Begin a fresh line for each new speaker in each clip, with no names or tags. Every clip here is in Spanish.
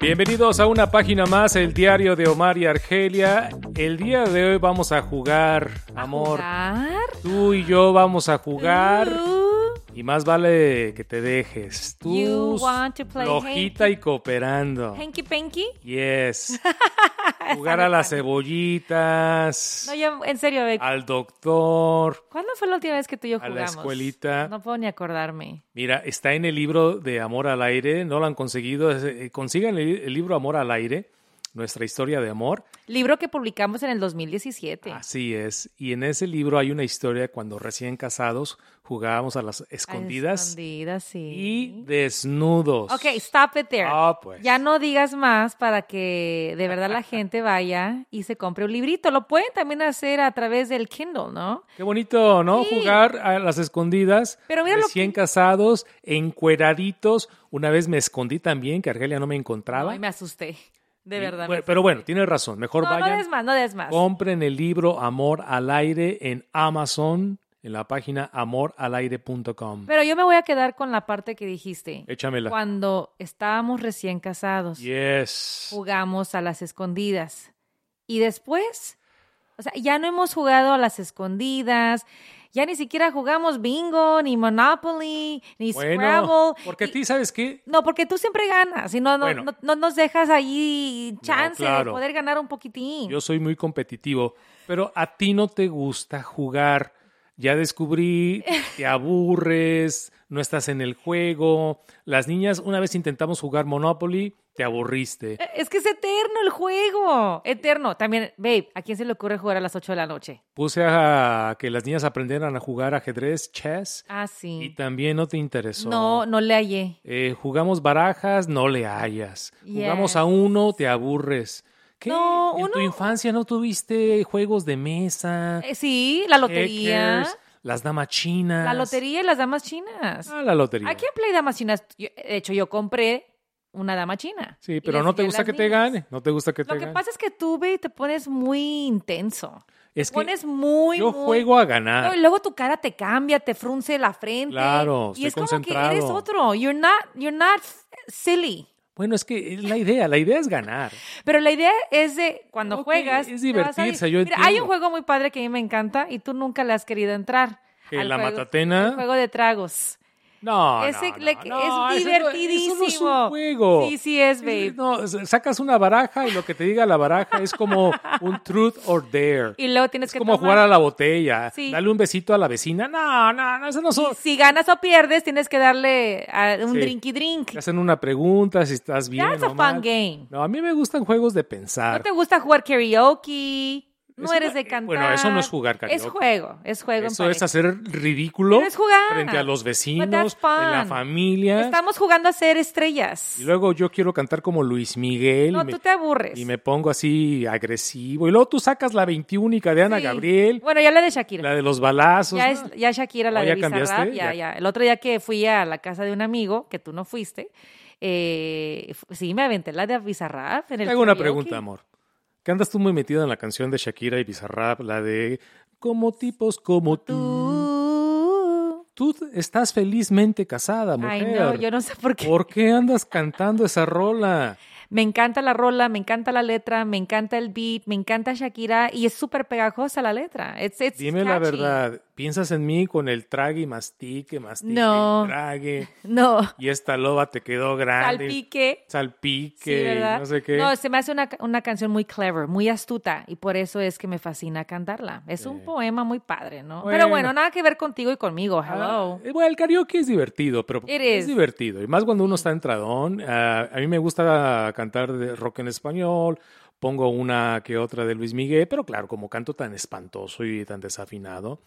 Bienvenidos a una página más, el diario de Omar y Argelia. El día de hoy vamos a jugar, amor.
¿Jugar?
Tú y yo vamos a jugar.
Uh,
Y más vale que te dejes. Tú,
You want to play
lojita y cooperando.
¿Hanky Panky?
Yes. Jugar a las cebollitas,
No, ya, en serio, ve,
al doctor.
¿cuándo fue la última vez que tú y yo
A la
jugamos?
escuelita.
No puedo ni acordarme.
Mira, está en el libro de Amor al Aire. No lo han conseguido. Es, eh, Consigan el, el libro Amor al Aire, nuestra historia de amor.
Libro que publicamos en el 2017.
Así es. Y en ese libro hay una historia cuando recién casados jugábamos a las escondidas
Escondidas, sí.
y desnudos.
Ok, stop it there.
Ah, pues.
Ya no digas más para que de verdad la gente vaya y se compre un librito. Lo pueden también hacer a través del Kindle, ¿no?
Qué bonito, ¿no?
Sí.
Jugar a las escondidas.
Pero mira lo
recién casados, encueraditos. Una vez me escondí también, que Argelia no me encontraba.
Ay, me asusté. De
Y,
verdad.
bueno,
me
pero bueno,
asusté.
tiene razón. Mejor
no, no
vayan.
des más, no des más.
Compren el libro Amor al Aire en Amazon, en la página amoralaire.com.
Pero yo me voy a quedar con la parte que dijiste.
Échamela.
Cuando estábamos recién casados,
Yes.
jugamos a las escondidas. Y después, o sea, ya no hemos jugado a las escondidas, ya ni siquiera jugamos bingo, ni Monopoly, ni
Bueno,
Scrabble.
porque a
Y-
ti, ¿sabes qué?
No, porque tú siempre ganas y no, no,
Bueno.
no- no nos dejas ahí chance de
claro.
poder ganar un poquitín.
Yo soy muy competitivo, pero a ti no te gusta jugar. Ya descubrí, te aburres, no estás en el juego. Las niñas, una vez intentamos jugar Monopoly, te aburriste.
Eh, Es que es eterno el juego, eterno. También, babe, ¿a quién se le ocurre jugar a las 8 de la noche?
Puse a que las niñas aprendieran a jugar ajedrez, chess,
Ah,
y
sí.
también no te interesó.
No, no le hallé.
Eh, jugamos barajas, no le hallas. Jugamos
Yes.
a uno, te aburres. ¿Qué?
No,
¿En tu
uno-
infancia no tuviste juegos de mesa?
Eh, sí, la lotería.
checkers, las damas chinas.
La lotería y las damas chinas.
Ah, la lotería.
Aquí en Play Damas Chinas, yo- de hecho, yo compré una dama china.
Sí,
Y
pero
le
no te
enseñé a
gusta
las
que te
niñas.
gane. No te gusta que te
Lo que
gane.
pasa es que tú, ve, te pones muy intenso.
es
te pones muy,
yo
muy-
juego a
No, y
ganar.
luego tu cara te cambia, te frunce la frente.
Claro,
Y
estoy
es como que eres
concentrado.
otro. You're not, you're not f- silly.
Bueno, es que es la idea. La idea es ganar.
Pero la idea es de cuando
Ok,
juegas.
es
te vas a
divertirse,
di-
yo
Mira, hay
entiendo.
un juego muy padre que a mí me encanta y tú nunca le has querido entrar.
Que
al
la
juego-
matatena.
al Juego de tragos.
No,
Ese
no,
le-
no, no,
es
ese no- eso no
divertidísimo.
es un juego.
Sí, sí es, babe.
No, s- sacas una baraja y lo que te diga la baraja es como un truth or dare.
Y luego tienes
Es
que
como
tomar.
jugar a la botella.
Sí.
Dale un besito a la vecina. No, no, no, eso no son.
Y si ganas o pierdes, tienes que darle a un
Sí.
drinky drink.
Te hacen una pregunta si estás bien
That's
o
a fun
mal.
game.
No, a mí me gustan juegos de
No
pensar.
te gusta jugar karaoke. No
Eso
eres
no- eh,
de cantar.
bueno, eso no es jugar
Es
karaoke.
juego, es juego. en
Eso es
pareja.
hacer ridículo
Pero es jugar.
frente a los
But that's
vecinos, en la
fun.
familia.
Estamos jugando a ser estrellas.
Y luego yo quiero cantar como Luis Miguel
no,
y, me,
tú te aburres.
y me pongo así agresivo. Y luego tú sacas la 21 de Ana
Sí.
Gabriel,
Bueno, ya la de Shakira.
la de los balazos. ¿no?
ya, es, ya Shakira, la
¿O
de
ya
Bizarrap,
cambiaste?
ya,
Ya.
ya. El otro día que fui a la casa de un amigo, que tú no fuiste, eh, f- sí, me aventé la de Bizarrap en el
Te hago una
karaoke.
pregunta, amor. ¿Qué andas tú muy metido en la canción de Shakira y Bizarrap, la de como tipos como tú?
Tú.
Tú estás felizmente casada,
Ay,
mujer.
no, yo no sé por qué.
¿Por qué andas cantando esa rola?
Me encanta la rola, me encanta la letra, me encanta el beat, me encanta Shakira y es súper pegajosa la letra. It's- it's
Dime la
catchy.
verdad, ¿piensas en mí con el trague y mastique, mastique
No.
y trague?
No,
Y esta loba te quedó grande.
salpique.
Salpique,
Sí,
y
¿verdad?
Ah, no sé qué.
No, se me hace una, una canción muy clever, muy astuta, y por eso es que me fascina cantarla. Es un
Sí.
poema muy padre, ¿no?
Bueno.
Pero bueno, nada que ver contigo y conmigo. Hello.
Ah, bueno, el karaoke es divertido, pero
It
es
is.
divertido. Y más cuando uno está entradón. ah, a mí me gusta cantar de rock en español. Pongo una que otra de Luis Miguel, pero claro, como canto tan espantoso y tan desafinado.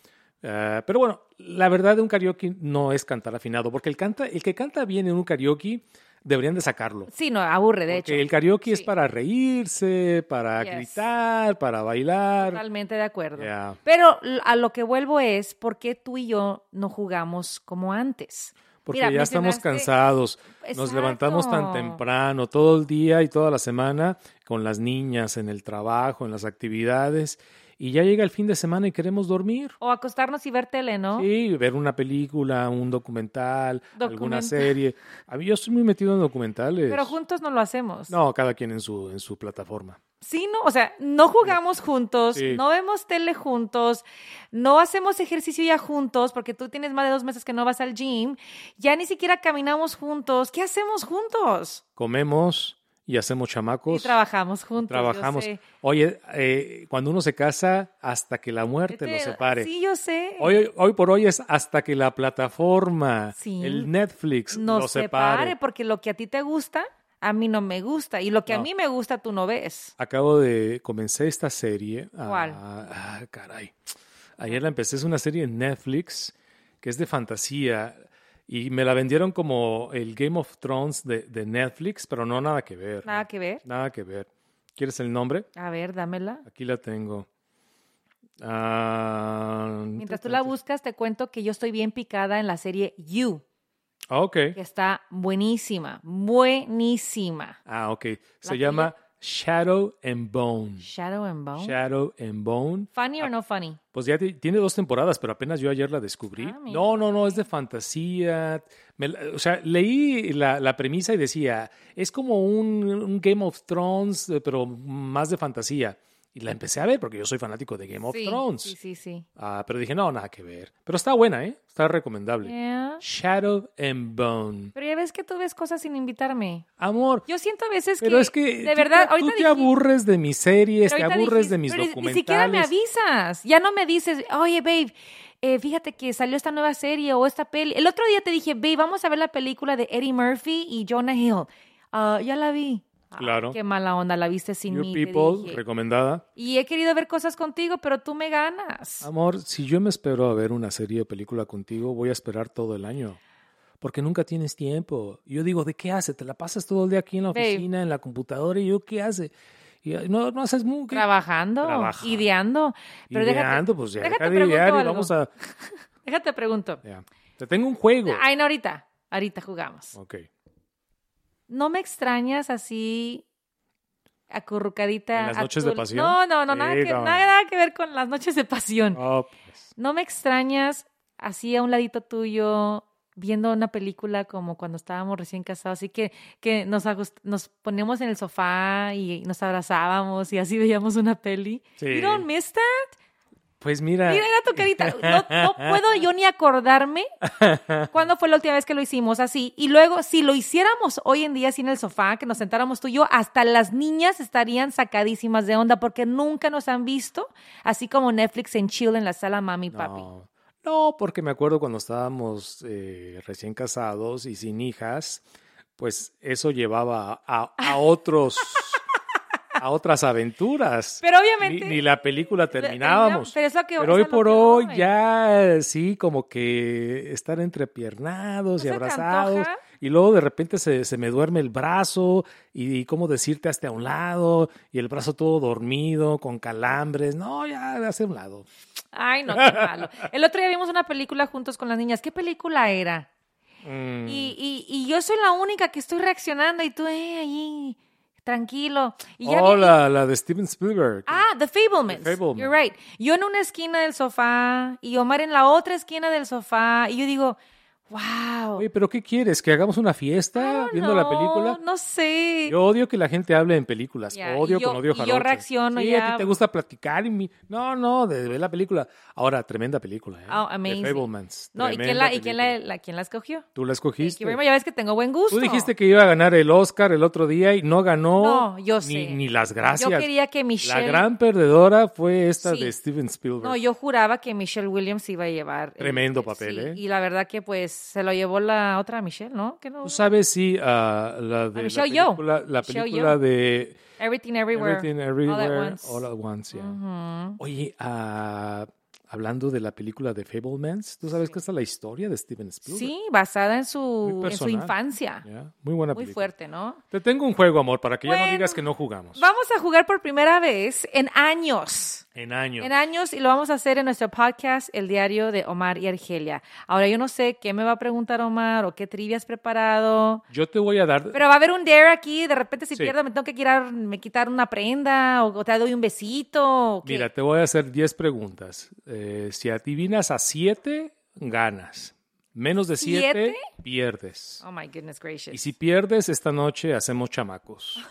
ah, pero bueno, la verdad de un karaoke no es cantar afinado, porque el, canta, el que canta bien en un karaoke deberían de sacarlo.
Sí, no, aburre, de
porque
hecho.
el karaoke es
Sí.
para reírse, para
Yes.
gritar, para bailar.
Totalmente de acuerdo.
Yeah.
Pero l- a lo que vuelvo es, ¿por qué tú y yo no jugamos como antes?
Porque
Mira,
ya estamos
mencionaste-
cansados, nos
Exacto.
levantamos tan temprano, todo el día y toda la semana, con las niñas en el trabajo, en las actividades, y ya llega el fin de semana y queremos dormir.
O acostarnos y ver tele, ¿no?
Sí, ver una película, un documental, alguna
Documental.
serie. A mí yo estoy muy metido en documentales.
Pero juntos no lo hacemos.
no, cada quien en su, en su plataforma.
Sí, no, o sea, no jugamos juntos,
Sí.
no vemos tele juntos, no hacemos ejercicio ya juntos, porque tú tienes más de dos meses que no vas al gym, ya ni siquiera caminamos juntos. ¿Qué hacemos juntos?
Comemos y hacemos chamacos.
Y trabajamos juntos. yo
trabajamos.
sé.
Oye, eh, cuando uno se casa, hasta que la muerte
Vete-
lo separe.
Este, Sí, yo sé.
Hoy, hoy por hoy es hasta que la plataforma,
Sí.
el Netflix,
nos
lo
separe.
separe.
porque lo que a ti te gusta, a mí no me gusta. Y lo que a
No.
mí me gusta, tú no ves.
Acabo de. Comencé esta serie. ah,
¿Cuál?
Ah, caray. Ayer la empecé. Es una serie en Netflix que es de fantasía. Y me la vendieron como el Game of Thrones de, de Netflix, pero no nada que ver.
Nada que ver.
Nada que ver. ¿Quieres el nombre?
A ver, dámela.
Aquí la tengo. Ah,
Mientras tú la buscas, te cuento que yo estoy bien picada en la serie You,
Ah, ok.
que está buenísima, buenísima.
Ah, ok. Se
tuya?
llama Shadow and Bone.
Shadow and Bone.
Shadow and Bone.
funny or no funny?
Pues ya ti- tiene dos temporadas, pero apenas yo ayer la descubrí.
Ah, mira.
no, no, no, es de fantasía. Me la- o sea, leí la, la premisa y decía, es como un, un Game of Thrones, eh, pero más de fantasía. Y la empecé a ver porque yo soy fanático de Game of
Sí,
Thrones.
Sí, sí, sí.
Ah, pero dije, no, nada que ver. Pero está buena, ¿eh? Está recomendable.
Yeah.
Shadow and Bone.
Pero ya ves que tú ves cosas sin invitarme.
Amor,
Yo siento a veces
pero
que,
es que
de
tú,
verdad,
te, tú
ahorita
te
dije-
aburres de mis series,
pero
te
ahorita
aburres
dijiste-
de mis
pero ni-
documentales.
Ni siquiera me avisas. Ya no me dices, oye, babe, eh, fíjate que salió esta nueva serie o esta peli. El otro día te dije, babe, vamos a ver la película de Eddie Murphy y Jonah Hill. Ah, ya la vi. Ay,
Claro.
qué mala onda, la viste sin
Your
mí. te
People,
dije.
recomendada.
Y he querido ver cosas contigo, pero tú me ganas.
Amor, si yo me espero a ver una serie o película contigo, voy a esperar todo el año. Porque nunca tienes tiempo. Y Yo digo, ¿de qué hace? Te la pasas todo el día aquí en la
Babe.
oficina, en la computadora, y yo, ¿qué hace? Y, "Ay, no, no haces mucho.
Trabajando,
Trabajando.
ideando. Pero déjate,
pues ya,
déjate
deja de
pregunto
idear y
algo.
vamos a...
déjate pregunto.
Ya. Te tengo un juego.
Ay, no, ahorita. Ahorita jugamos.
Ok.
¿No me extrañas así acurrucadita?
¿En las
a
noches
tu-
de pasión?
No, no, no, nada que,
Dígame.
nada que ver con las noches de pasión.
Oh, pues.
¿No me extrañas así a un ladito tuyo viendo una película como cuando estábamos recién casados? Así que, que nos, agust- nos poníamos en el sofá y nos abrazábamos y así veíamos una peli.
Sí.
You don't miss that?
Pues mira,
Mira, mira tu carita. No, no puedo yo ni acordarme cuándo fue la última vez que lo hicimos así. Y luego, si lo hiciéramos hoy en día así en el sofá, que nos sentáramos tú y yo, hasta las niñas estarían sacadísimas de onda porque nunca nos han visto así como Netflix en chill en la sala mami y papi.
No, no, porque me acuerdo cuando estábamos eh, recién casados y sin hijas, pues eso llevaba a, a otros, a otras aventuras.
Pero
Ni,
obviamente...
ni la película
pero-
terminábamos.
Pero, es lo que-
Pero,
es
hoy
a lo
por
que
hoy
voy.
ya eh, sí, como que estar entrepiernados
¿No
y
se te
abrazados.
antoja?
Y luego de repente se, se me duerme el brazo y, cómo decirte hasta a un lado y el brazo todo dormido con calambres. No, ya hace un lado.
Ay, no, qué malo. El otro día vimos una película juntos con las niñas. ¿Qué película era?
Mm.
Y, y- y yo soy la única que estoy reaccionando y tú, eh, ahí, tranquilo. Y ya vi-
Hola, la de Steven Spielberg.
Ah, The Fablemans.
The Fablemans.
You're right. Yo en una esquina del sofá y Omar en la otra esquina del sofá y yo digo, wow.
Oye, pero ¿qué quieres? ¿Que hagamos una fiesta viendo la película?
Ah, No sé.
Yo odio que la gente hable en películas.
Ya,
odio
y yo-
con odio
y yo
jarocho.
reacciono
sí, a
ya.
ti te gusta platicar y mi... No, no, de ver la película. Ahora, tremenda película, ¿eh?
Oh,
The
amazing.
Fablemans.
no, ¿y quién
tremenda
la, y quién la,
película.
la- quién la escogió?
Tú la
Thank you very
escogiste.
much. Ya ves que tengo buen gusto.
Tú dijiste que iba a ganar el Oscar el otro día y no ganó
No, yo
ni,
sé.
ni las gracias.
Yo quería que
La
Michelle.
gran perdedora fue esta
Sí.
de Steven Spielberg.
No, yo juraba que Michelle Williams iba a llevar. el-
Tremendo
el-
papel,
sí,
¿eh?
Y la verdad que pues se lo llevó la otra Michelle, ¿no? Que no.
¿Tú sabes si ah, la de la
Michelle Yeoh.
película, la
Michelle
película
Yeoh.
de
Everything Everywhere.
Everything
All at
Everywhere
Once. Mm-hmm.
All at Once. yeah.
Ujú.
Oye, ah, hablando de la película de Fablemans, ¿tú sabes que esta es la historia de Steven Spielberg?
Sí, basada en su,
Muy
en su
personal.
infancia.
Yeah, Muy buena
Muy
película.
fuerte, ¿no?
Te tengo un juego, amor, para que ya no
Bueno.
digas que no jugamos.
Vamos a jugar por primera vez en años.
En años.
En años y lo vamos a hacer en nuestro podcast, El Diario de Omar y Argelia. Ahora yo no sé qué me va a preguntar Omar o qué trivia has preparado.
Yo te voy a dar.
Pero va a haber un dare aquí, de repente si
Sí.
pierdo me tengo que quitar, me quitar una prenda o, o te doy un besito. o qué.
Mira, te voy a hacer 10 preguntas. Eh, si adivinas a 7, ganas. Menos de 7,
¿Siete?
pierdes.
Oh my goodness gracious.
Y si pierdes esta noche, hacemos chamacos.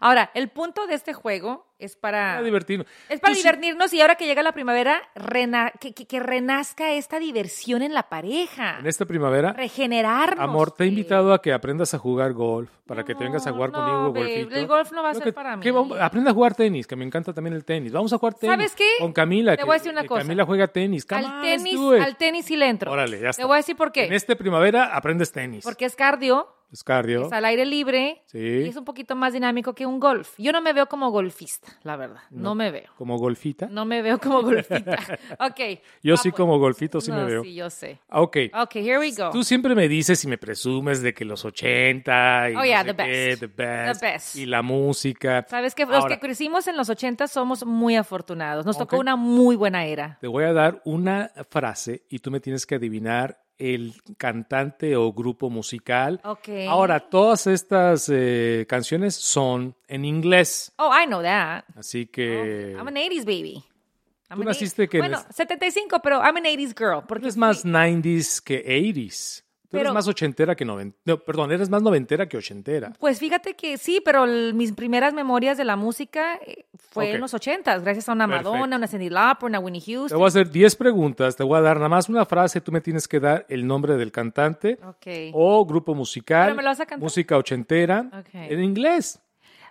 Ahora, el punto de este juego es para...
Para divertirnos.
Es para
Tú sí-
divertirnos y ahora que llega la primavera, rena- que, que- que renazca esta diversión en la pareja.
En esta primavera,
Regenerarnos.
amor, te he
babe.
invitado a que aprendas a jugar golf, para que te vengas a jugar
No,
conmigo
babe,
golfito.
el golf no va a
Creo que-
ser para
que
mí.
vamos- aprende a jugar tenis, que me encanta también el tenis. Vamos a jugar tenis.
¿Sabes qué?
Con Camila.
Te
que-
voy a decir una
que
cosa.
Camila juega tenis. Come on,
Al
let's
tenis,
do it.
al tenis sí le entro.
Órale, ya está.
Te voy a decir por qué.
En este esta primavera aprendes tenis.
Porque es cardio,
Es cardio.
es al aire libre
Sí.
y es un poquito más dinámico que un golf. Yo no me veo como golfista, la verdad. No, me veo.
Como golfita.
No me veo como golfista. ok.
Yo
Ah,
sí
pues-
como golfito sí
No,
me veo.
Sí, yo sé.
Ah, Ok.
Ok, here we go.
Tú siempre me dices y me presumes de que los 80 y
Oh,
no
yeah,
sé
the
qué,
best.
the best,
The best.
y la música.
Sabes que los
Ahora,
que crecimos en los 80 somos muy afortunados. Nos tocó
Ok.
una muy buena era.
Te voy a dar una frase y tú me tienes que adivinar el cantante o grupo musical.
Ok.
Ahora, todas estas eh, canciones son en inglés,
Oh, I know that.
así
Okay.
que...
I'm an 80s baby. I'm
eh, Tú
an
naciste
80s.
que en
Bueno,
es-
75, pero I'm an 80s girl.
Tú
Porque
eres más 90s que 80s. Tú
Pero-
eres más ochentera que noventera. No, perdón, eres más noventera que ochentera.
Pues fíjate que sí, pero el- mis primeras memorias de la música eh, fue
Ok.
en los 80, gracias a una
Perfecto.
Madonna, una Cindy Lauper, una Winnie
Te
Houston.
voy a hacer 10 preguntas, te voy a dar nada más una frase, tú me tienes que dar el nombre del cantante
Ok.
o grupo musical,
Pero me lo vas a cantar.
música ochentera,
Ok.
en inglés.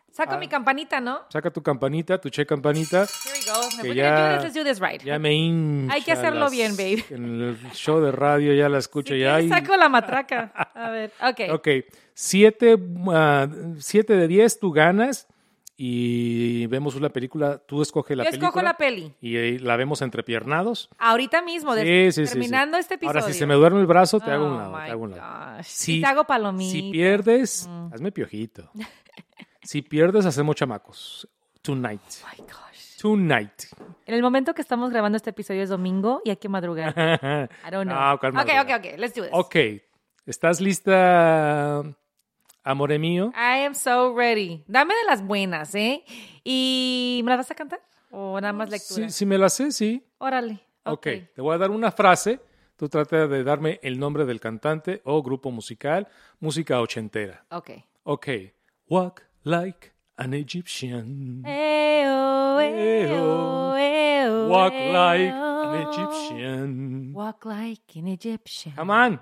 Saco
ah.
mi campanita, ¿no?
Saca tu campanita, tu che campanita.
Here we go. If
Que
we're
ya-
gonna do this, let's do this right.
Ya me hincha
Hay que hacerlo
las-
bien, babe.
En el show de radio ya la escucho
Si
ya.
quieres,
y-
saco la matraca. A ver, ok.
Ok, 7 de 10 tú ganas y vemos una película, tú escoges la
Yo
película.
escojo la peli.
Y eh, la vemos entrepiernados.
Ahorita mismo, des-
Sí, sí, sí, sí.
terminando este episodio.
Ahora, si se me duerme el brazo, te hago un
Oh,
lado.
my
Te hago un lado.
gosh. Y te hago palomita. Mm.
Si pierdes, hazme piojito. si pierdes, hacemos chamacos. Tonight.
Oh, my gosh.
Tonight.
En el momento que estamos grabando este episodio es domingo y hay que madrugar. I don't know.
No, calma,
ok, ok,
madrugar.
ok. Let's do this.
Ah, Ok. ¿Estás lista, amore mío?
I am so ready. Dame de las buenas, ¿eh? ¿Y me las vas a cantar? ¿O nada más lectura?
Si, si me la sé, sí.
Órale. Ok.
ok. Te voy a dar una frase. Tú trata de darme el nombre del cantante o grupo musical, música ochentera.
Ok.
Ok. Walk like an Egyptian.
Eo, eo, eo,
Walk
eo.
like an Egyptian.
Walk like an Egyptian.
Come on.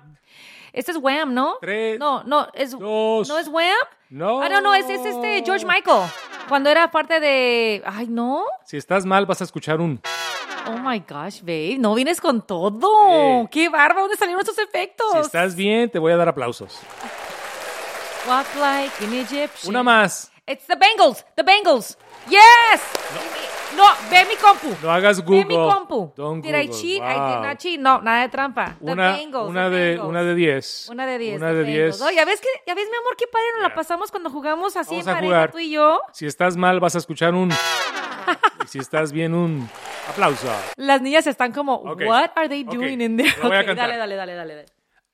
Este es Wham, ¿no?
Tres,
No, no, es.
dos.
¿No es Wham?
No.
Ah, no, no, es, es este George Michael. Cuando era parte de. Ay, no.
Si estás mal, vas a escuchar un.
Oh my gosh, babe. No vienes con todo.
Sí.
¡Qué barba! ¿Dónde salieron estos efectos?
Si estás bien, te voy a dar aplausos.
Walk like an Egyptian.
Una más.
It's the Bengals. The Bengals. Yes. No, ve mi compu.
No hagas
Ve
Google.
mi compu.
Don't
did I
Google.
cheat? I did
Wow.
not cheat. No, nada de trampa. The
Una,
Bengals.
una,
the
de,
Bengals.
una de 10.
Una de 10.
Una de 10.
ya ves que, ya ves, mi amor, qué padre nos la pasamos cuando jugamos así
Vamos
en
a
pareja
jugar.
tú y yo.
Si estás mal, vas a escuchar un. Y si estás bien, un. Aplauso.
Las niñas están como,
Ok.
what are they
Ok,
doing in there?
lo voy a
Ok,
cantar.
dale, dale, dale, dale. dale.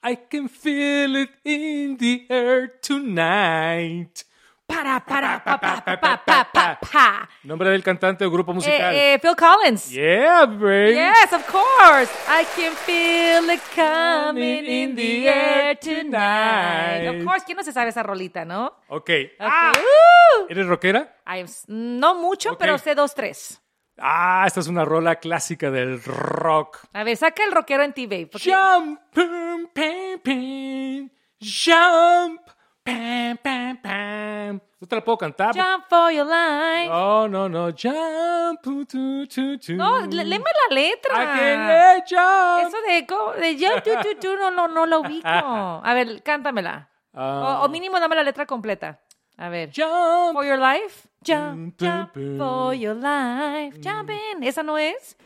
I can feel it in the air tonight.
Para, para, pa, pa, pa, pa, pa, pa, pa.
Nombre del cantante o grupo musical.
Eh, eh, Phil Collins.
Yeah, baby.
Yes, of course. I can feel it coming in the air tonight. Of course, ¿quién no se sabe esa rolita, no?
Ok.
Ok.
Ah,
Woo!
¿Eres rockera?
I am s- no mucho,
Ok.
pero sé dos, tres.
Ah, esta es una rola clásica del rock.
A ver, saca el rockero en ti, babe. porque-
Jump, pam, pam, pam. Jump, pam, pam, pam. No te la puedo cantar.
Jump for your life.
No, no, no. Jump, tu, tu, tu, tu.
No, le- léeme la letra.
I can eh, jump.
Eso de, co- de jump, tu, tu, tu, no, no, no lo ubico. A ver, cántamela.
Ah.
O, o mínimo dame la letra completa. A ver.
Jump.
For your life.
Pum,
Jump, jump
pum, pum.
for your life.
Mm.
Jump in. ¿Esa no es?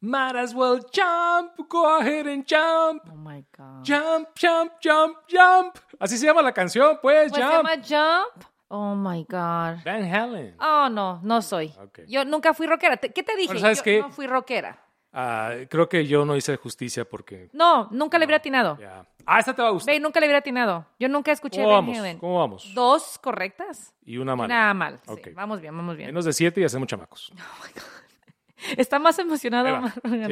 Might as well jump. Go ahead and jump.
Oh my God.
Jump, jump, jump, jump. Así se llama la canción, pues,
Pues se
jump.
llama Jump. Oh my God.
Van Halen.
Oh, no, no soy.
Ok.
Yo nunca fui rockera. Te- ¿Qué te dije?
Bueno, ¿sabes
Yo
qué?
no fui rockera.
Ah, creo que yo no hice justicia porque.
No, nunca le hubiera atinado.
ya. Ah, esta te va a gustar.
Ve, nunca le hubiera atinado. Yo nunca escuché
¿Cómo
Van
vamos?
Halen.
¿Cómo vamos?
Dos correctas.
Y una mala.
Nada mal. sí.
Ok.
Vamos bien, vamos bien.
Menos de siete y hacemos chamacos.
Está más
Ahí
emocionado.
va.
Omar Morgano.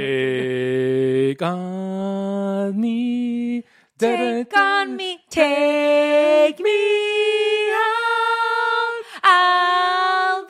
Take on me.
Take on me, take me out, I'll be.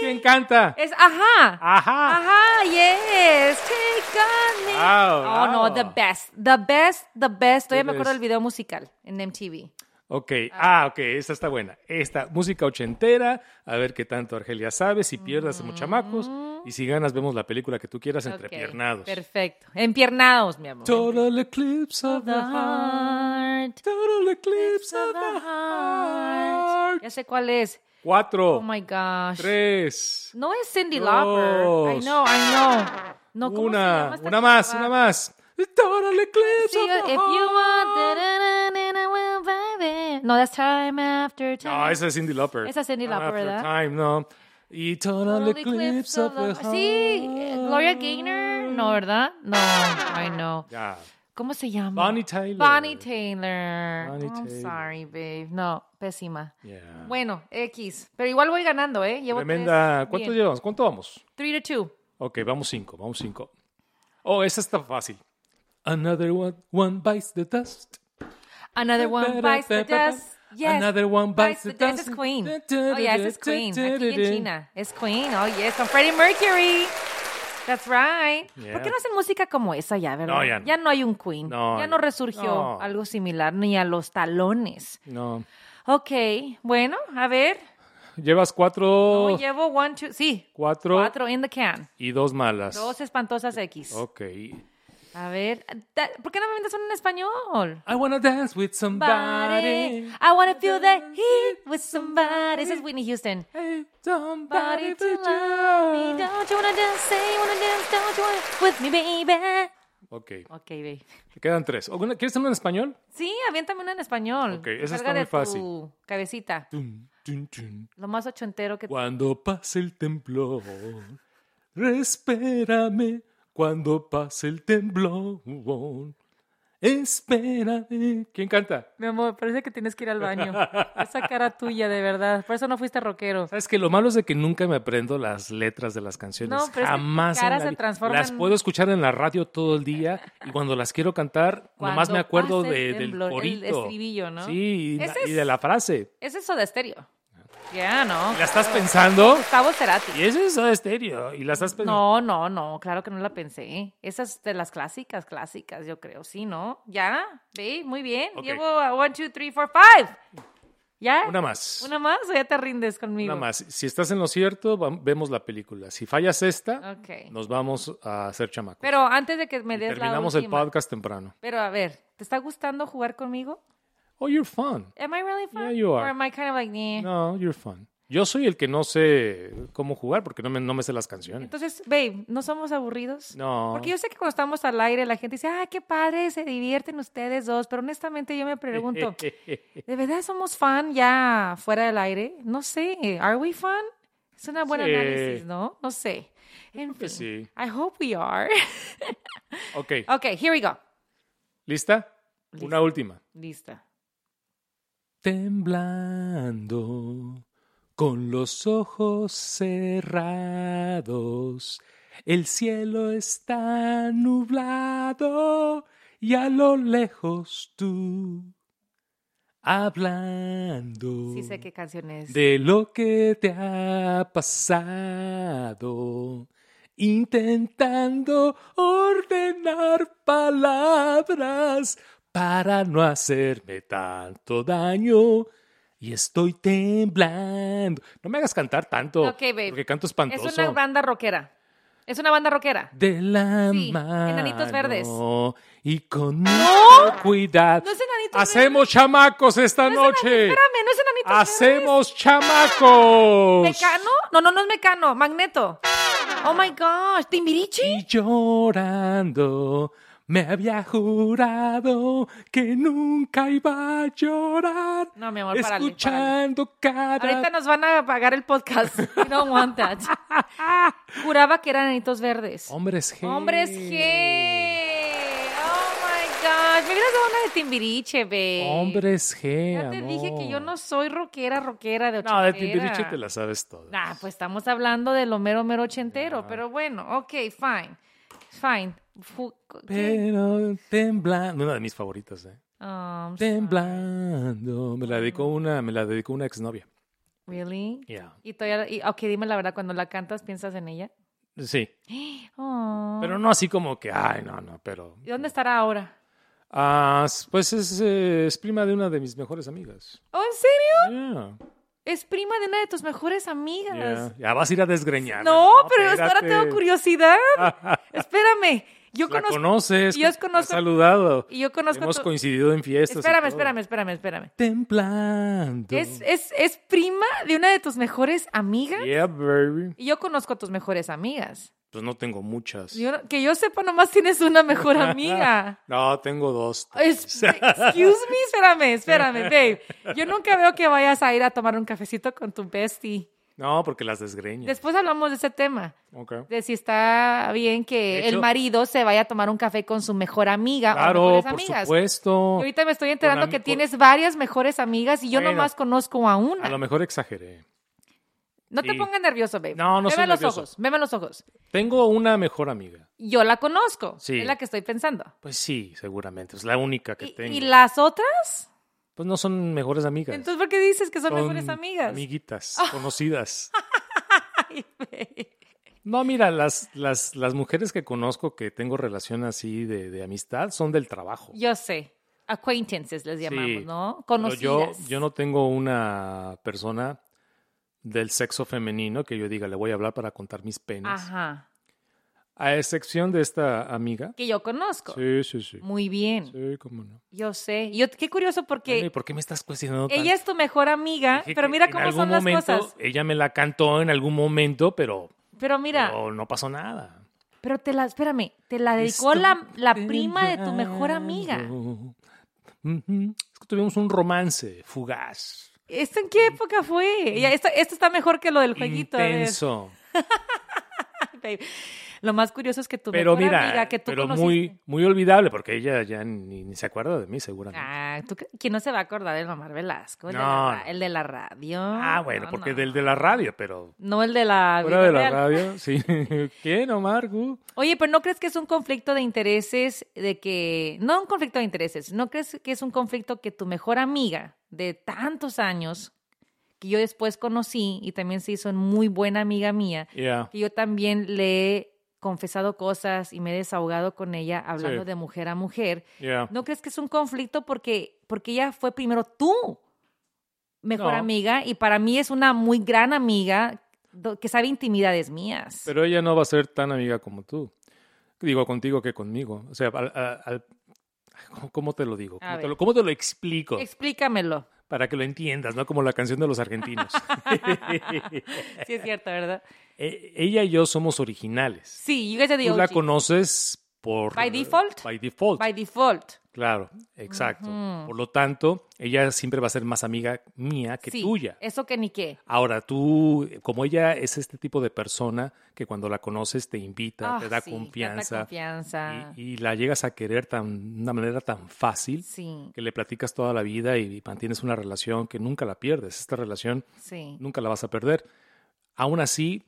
¿Quién canta?
Es ajá.
Ajá.
Ajá, yes, take on me.
Wow,
oh, no,
wow.
the best, the best, the best. Todavía
It
me acuerdo
is.
del video musical en MTV.
Ok, ah, ok, esta está buena. Esta, música ochentera, a ver qué tanto Argelia sabe, si pierdas hacemos chamacos y si ganas vemos la película que tú quieras entre
Mm. Ok,
piernados.
Perfecto. Empiernados, mi amor.
Total eclipse of the heart. Total eclipse of the heart.
Ya sé cuál es.
Cuatro,
Oh my gosh.
tres,
No es Cindy Lauper. I
Dos.
know, I know. No, ¿cómo se llama
una,
esta
una más,
chava?
una más. Total eclipse
See
of
you if
the
you
heart.
want. da-da-da-da-da, well, baby. No, that's time after time.
No, Ah, esa es Cindy Lauper.
Esa es Cyndi
Not
Lauper,
After
¿verdad?
Time, no. Y Total,
Total
eclipse, of the Mm. heart.
Sí, eh, Gloria Gaynor. No, ¿verdad? No, I know.
Ya.
¿Cómo se llama?
Bonnie Tyler.
Bonnie Taylor.
Bonnie
I'm
Taylor.
sorry, babe. No, pésima.
Yeah.
Bueno, X. Pero igual voy ganando, ¿eh? Llevo
Tremenda.
tres.
¿Cuánto
Bien.
llevamos? ¿Cuánto vamos?
Three to two.
Ok, vamos cinco, vamos cinco. Oh, esa está fácil. Another one, one bites the dust.
Another one bites the dust. Yes.
Another one bites the
Ese
dust.
es Queen. Oh, yeah, ese es Queen. Aquí en China. Es Queen. Oh, yes, con Freddie Mercury. That's right. ¿Por
Yeah.
qué no hacen música como esa ya, verdad?
No, ya no.
hay un Queen.
No,
ya no
ya-
resurgió
no.
algo similar ni a los talones.
No.
Ok, bueno, a ver.
Llevas
No,
cuatro,
llevo one, two, sí.
cuatro,
Cuatro in the can.
y dos malas.
Dos espantosas X.
Ok.
A ver, da- ¿por qué no me mandas una en español?
I wanna dance with somebody.
Somebody, I wanna feel the heat with somebody. Esa es Whitney Houston.
Hey, somebody
Body
to
to love me. Don't you wanna dance? Say you wanna dance? Don't you wanna with me, baby?
Ok,
Ok, baby.
te quedan tres. ¿Alguna- ¿Quieres hacerlo en español?
Sí, aviéntame una en español.
Ok,
que
esa está
salga
muy
de
fácil.
tu cabecita.
Tun, tun, tun.
Lo más ochentero que...
Cuando pase el temblor, espérame. Cuando pase el temblor, espérame. ¿Quién canta?
Mi amor, parece que tienes que ir al baño. Esa cara tuya, de verdad. Por eso no fuiste rockero.
Sabes que lo malo es de que nunca me aprendo las letras de las canciones.
No, pero es que
Jamás.
tu cara
en la
se
vi-
transforma
Las
en-
puedo escuchar en la radio todo el día y cuando las quiero cantar, nomás
Cuando
me acuerdo
pase el
de- del
temblor, el
corito.
estribillo, ¿no?
Sí, y, la-
Ese
y de
es-
la frase.
Es eso de estéreo. Ya, no.
Y Ah. la estás pensando
Gustavo Cerati.
y eso es Soda estéreo. Y la estás pensando.
No, no, no, claro que no la pensé. Esas de las clásicas, clásicas, yo creo. Sí, ¿no? Ya, ve, muy bien.
Ok.
Llevo a 1, 2, 3, 4, 5. ¿Ya?
Una más.
¿Una más o ya te rindes conmigo?
Nada más. Si estás en lo cierto, vam- vemos la película. Si fallas esta,
Ok.
nos vamos a hacer chamacos.
Pero antes de que
pues.
me
Y
des la
terminamos el
última.
podcast temprano.
Pero a ver, ¿te está gustando jugar conmigo?
Oh, you're fun.
Am I really fun?
Yeah, you
Or
are.
am I kind of like, "Nyeh"?
No, you're fun. Yo soy el que no sé cómo jugar porque no me, no me sé las canciones.
Entonces, babe, ¿no somos aburridos?
No.
Porque yo sé que cuando estamos al aire la gente dice, ah, qué padre, se divierten ustedes dos, pero honestamente yo me pregunto, ¿de verdad somos fan ya fuera del aire? No sé, ¿are we fan? Es una buena
Sí.
análisis, ¿no? No sé. En fin,
que sí.
I hope we are.
ok,
ok, here we go.
¿lista? Una última.
Lista.
Temblando, con los ojos cerrados, el cielo está nublado y a lo lejos tú hablando
Sí sé qué canción es.
de lo que te ha pasado, intentando ordenar palabras para no hacerme tanto daño. Y estoy temblando. No me hagas cantar tanto.
Ok, babe.
Porque canto
es
espantoso.
una banda rockera. Es una banda rockera.
De la
Sí,
mano.
Enanitos Verdes.
Y con mucho cuidado.
No es Enanitos
Hacemos chamacos esta
No es
noche.
enani- espérame, no es enanitos verdes.
¡Hacemos chamacos!
¿Mecano? No, no, no es Mecano, Magneto. Oh my gosh, Timbirichi.
Y llorando Me había jurado que nunca iba a llorar.
No, mi amor, párale,
escuchando cada.
Ahorita nos van a pagar el podcast. We don't want that. Juraba que eran anitos verdes.
Hombres G.
Hombres G. Oh my gosh. Me hubieras dado una de Timbiriche, babe.
Hombres G.
Ya te dije
amor.
que yo no soy rockera, rockera de ochentera.
No, de Timbiriche te la sabes todas.
Nah, pues estamos hablando de lo mero, mero ochentero. Pero bueno, ok, fine. Fine. Fu- ¿qué?
Pero temblando, una de mis favoritas, ¿eh?
Um,
Temblando. Me la dedicó una, me la dedicó una exnovia.
really?
Yeah.
Y todavía, y, ok, dime la verdad, cuando la cantas, ¿piensas en ella?
Sí.
Oh.
Pero no así como que, ay, no, no, pero.
¿Y dónde estará ahora?
Ah, pues es, eh, es prima de una de mis mejores amigas.
¿Oh, en serio?
Yeah,
Es prima de una de tus mejores amigas.
yeah. Ya vas a ir a desgreñar.
No, pero hasta ahora tengo curiosidad. Espérame. Yo
La
conozco.
conoces.
yo
la has
conozco-
saludado.
Y yo conozco.
Hemos
tu-
coincidido en fiestas. y
Espérame,
todo.
espérame, espérame, espérame.
Temblando.
¿Es, es, es prima de una de tus mejores amigas?
Yeah, baby.
Y yo conozco a tus mejores amigas.
Pues no tengo muchas.
Yo no- que yo sepa, nomás tienes una mejor amiga.
No, tengo dos.
Es- excuse me, espérame, espérame, babe. Yo nunca veo que vayas a ir a tomar un cafecito con tu bestie.
No, porque las desgreño.
Después hablamos de ese tema.
Ok.
de si está bien que
De
el
hecho-
marido se vaya a tomar un café con su mejor amiga o
Claro,
mejores
por
amigas. Y
supuesto.
ahorita me estoy enterando
ami-
que
con-
tienes varias mejores amigas y yo
Bueno.
nomás conozco a
A lo
una.
mejor exageré.
No te
sí.
pongas nervioso, babe.
No, no
Veme
soy
a los
nervioso.
ojos, veme a los ojos.
Tengo una mejor amiga.
Yo la conozco,
Sí.
es la que estoy pensando.
Pues sí, seguramente. Es la única que
¿Y,
tengo.
y las otras?
Pues no son mejores amigas.
Entonces, ¿por qué dices que son,
Son
mejores amigas?
Amiguitas, conocidas.
Ay, babe.
No, mira, las, las, las mujeres que conozco que tengo relación así de, de amistad son del trabajo.
Yo sé. Acquaintances les llamamos,
Sí.
¿no?
Pero
Conocidas.
yo, yo no tengo una persona del sexo femenino que yo diga, le voy a hablar para contar mis penas.
Ajá.
A excepción de esta amiga.
Que yo conozco.
Sí, sí, sí.
Muy bien.
Sí, cómo no.
Yo sé. Yo, qué curioso porque
Bueno, ¿y por qué me estás cuestionando tanto?
Ella es tu mejor amiga,
Dije
pero
que
mira
en
cómo
algún
son las
momento,
cosas.
Ella me la cantó en algún momento, pero,
Pero mira,
pero no pasó nada.
pero te la, espérame, te la dedicó la, la prima de tu mejor
Ah,
amiga.
Ujú. Es que tuvimos un romance fugaz,
¿Esto en qué época fue? Ya, esto, esto está mejor que lo del jueguito. a ver.
intenso,
Babe, Lo más curioso es que tu
pero
mejor
mira,
amiga que tú
pero
conociste-
muy, muy olvidable, porque ella ya ni, ni se acuerda de mí seguramente.
Ah, ¿tú cre- ¿quién no se va a acordar del Omar Velasco? El, de,
No,
la, ra-
no.
el de la radio.
Ah, bueno,
No,
porque
no.
del de la radio, pero
No el de la...
fuera de
vida
la
real.
radio, sí. ¿Quién, Omar? Gu?
Oye, pero ¿no crees que es un conflicto de intereses de que, no un conflicto de intereses, ¿no crees que es un conflicto que tu mejor amiga de tantos años, que yo después conocí y también se hizo muy buena amiga mía,
Yeah.
que yo también le he confesado cosas y me he desahogado con ella hablando
Sí.
de mujer a mujer,
Yeah.
¿no crees que es un conflicto porque, porque ella fue primero tú? Mejor
No.
amiga, y para mí es una muy gran amiga do- que sabe intimidades mías.
Pero ella no va a ser tan amiga como tú. Digo, contigo que conmigo. O sea, al- al- al- ¿cómo- ¿cómo te lo digo?
A
¿Cómo te
ver.
lo, cómo te lo explico?
Explícamelo.
Para que lo entiendas, ¿no? Como la canción de los argentinos.
Sí, es cierto, ¿verdad?
E- ella y yo somos originales.
Sí, you guys are the
Tú Pues la
OG.
conoces por...
By default.
By default,
By default.
claro, exacto. Por lo tanto, ella siempre va a ser más amiga mía que
sí, Eh.
tuya.
Eso que ni qué.
Ahora, tú, como ella es este tipo de persona que cuando la conoces te invita,
Ah,
te da
sí,
confianza,
tanta confianza.
y, y la llegas a querer tan, de una manera tan fácil
Sí,
que le platicas toda la vida y, y mantienes una relación que nunca la pierdes. Esta relación
sí.
nunca la vas a perder. Aún así,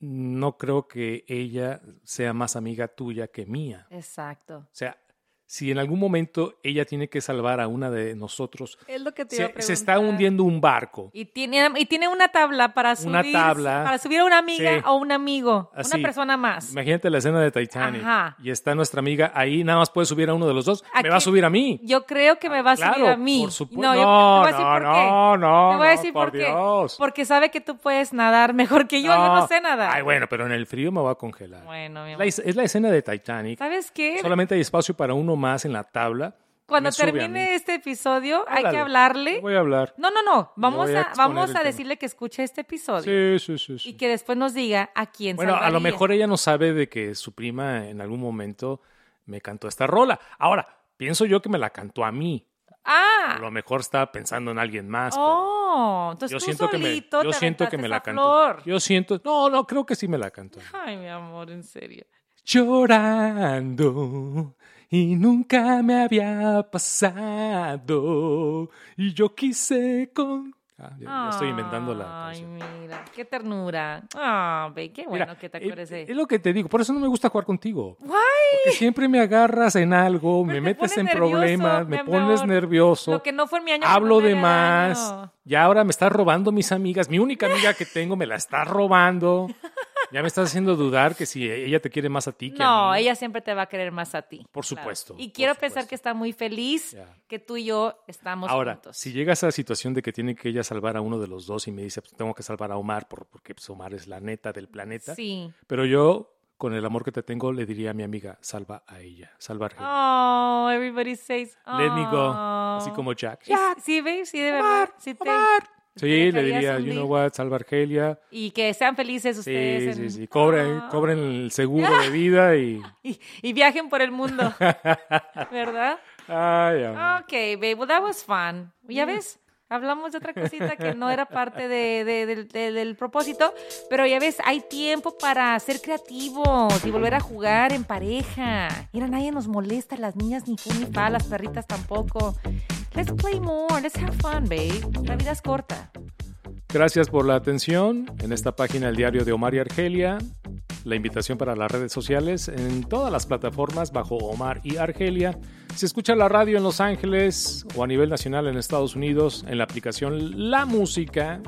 no creo que ella sea más amiga tuya que mía.
Exacto.
O sea, si en algún momento ella tiene que salvar a una de nosotros,
Es lo que te iba a
se, se está
preguntar.
hundiendo un barco.
Y tiene, y tiene una tabla para subir.
Una tabla.
Para subir a una amiga
Sí.
o un amigo.
Así.
Una persona más.
Imagínate la escena de Titanic
Ajá.
y está nuestra amiga ahí, nada más puede subir a uno de los dos,
Aquí-
me va a subir a mí.
Yo creo que me va a subir
Claro,
a mí.
por supuesto.
yo- te
No,
voy a decir
no,
por qué.
no, no,
Te voy a
no,
decir
por
por, qué.
Dios.
Porque sabe que tú puedes nadar mejor que yo. Yo no sé nadar.
Ay, bueno, pero en el frío me va a congelar.
Bueno, mi
La
amor.
es es la escena de Titanic.
¿Sabes qué?
Solamente hay espacio para uno más en la tabla.
Cuando
Me sube a mí.
termine este episodio, hay
Órale,
que hablarle.
Voy a hablar.
No, no, no. Vamos
voy a
a,
exponer
vamos
el
a
tema.
decirle que escuche este episodio
Sí, sí, sí. sí.
y que después nos diga a quién
Bueno, a lo
salvaría.
mejor ella no sabe de que su prima en algún momento me cantó esta rola. Ahora, pienso yo que me la cantó a mí.
Ah,
A lo mejor estaba pensando en alguien más. pero
oh, entonces
yo
tú
siento que me,
solito
yo
te
siento que
aventaste
me la
esa
cantó.
flor.
Yo siento, no, no, creo que sí me la cantó.
Ay, mi amor, en serio.
Llorando y nunca me había pasado y yo quise con... Ah, ya, ya estoy inventando la...
Ay,
canción.
mira, qué ternura. Ah, ve, qué bueno
Mira,
que te
eh,
acuerdes de...
Es, lo que te digo, por eso no me gusta jugar contigo.
Guay.
Porque siempre me agarras en algo,
Pero
me
te
metes
pones
en
nervioso,
problemas,
mi
me
amor.
pones nervioso,
Lo que no fue en mi año.
hablo
fue
de
en mi año.
más, y ahora me estás robando mis amigas, mi única amiga que tengo me la estás robando. Ya me estás haciendo dudar que si ella te quiere más a ti que a
No,
mí.
ella siempre te va a querer más a ti.
Por supuesto,
Y
por
quiero pensar
supuesto.
que está muy feliz
Ya.
que tú y yo estamos
Ahora,
juntos.
si llega a esa situación de que tiene que ella salvar a uno de los dos y me dice, pues tengo que salvar a Omar por- porque pues, Omar es la neta del planeta,
Sí.
pero yo, con el amor que te tengo, le diría a mi amiga, salva a ella, salva a Argelia.
Oh, everybody says. Oh.
Let me go. Así como Jack.
Sí, Sí, babe, sí, de verdad. Sí, te-
Sí, le
dejarías
diría, you
hundir.
know what, salva Argelia.
Y que sean felices
Sí,
ustedes.
sí,
en-
sí. Cobren,
Ah.
cobren el seguro de vida y.
Y, y viajen por el mundo. ¿Verdad?
Ay, amor.
Ok, babe, well, that was fun. Ya ves, hablamos de otra cosita que no era parte de- de- del- del- del propósito, pero ya ves, hay tiempo para ser creativos y volver a jugar en pareja. Mira, nadie nos molesta, las niñas ni fu ni fa, las perritas tampoco. Let's play more, let's have fun, babe. La vida es corta.
Gracias por la atención. En esta página, el diario de Omar y Argelia. La invitación para las redes sociales en todas las plataformas bajo Omar y Argelia. Se escucha la radio en Los Ángeles o a nivel nacional en Estados Unidos en la aplicación La Música,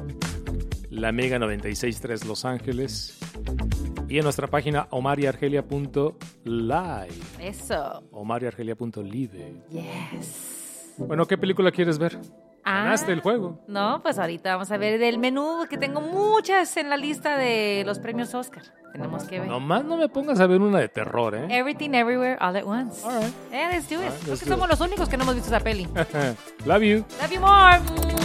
la Mega 963 Los Ángeles y en nuestra página omariargelia.live,
Eso.
omariargelia.live.
Yes.
Bueno, ¿qué película quieres ver?
Ah.
Ganaste el juego.
No, pues ahorita vamos a ver del menú, que tengo muchas en la lista de los premios Oscar. Tenemos que ver.
Nomás no me pongas a ver una de terror, ¿eh?
Everything Everywhere All at Once.
All right.
Yeah, let's do it.
All right,
Creo
let's
que
do
somos los únicos que no hemos visto esa peli.
Love you.
Love you more.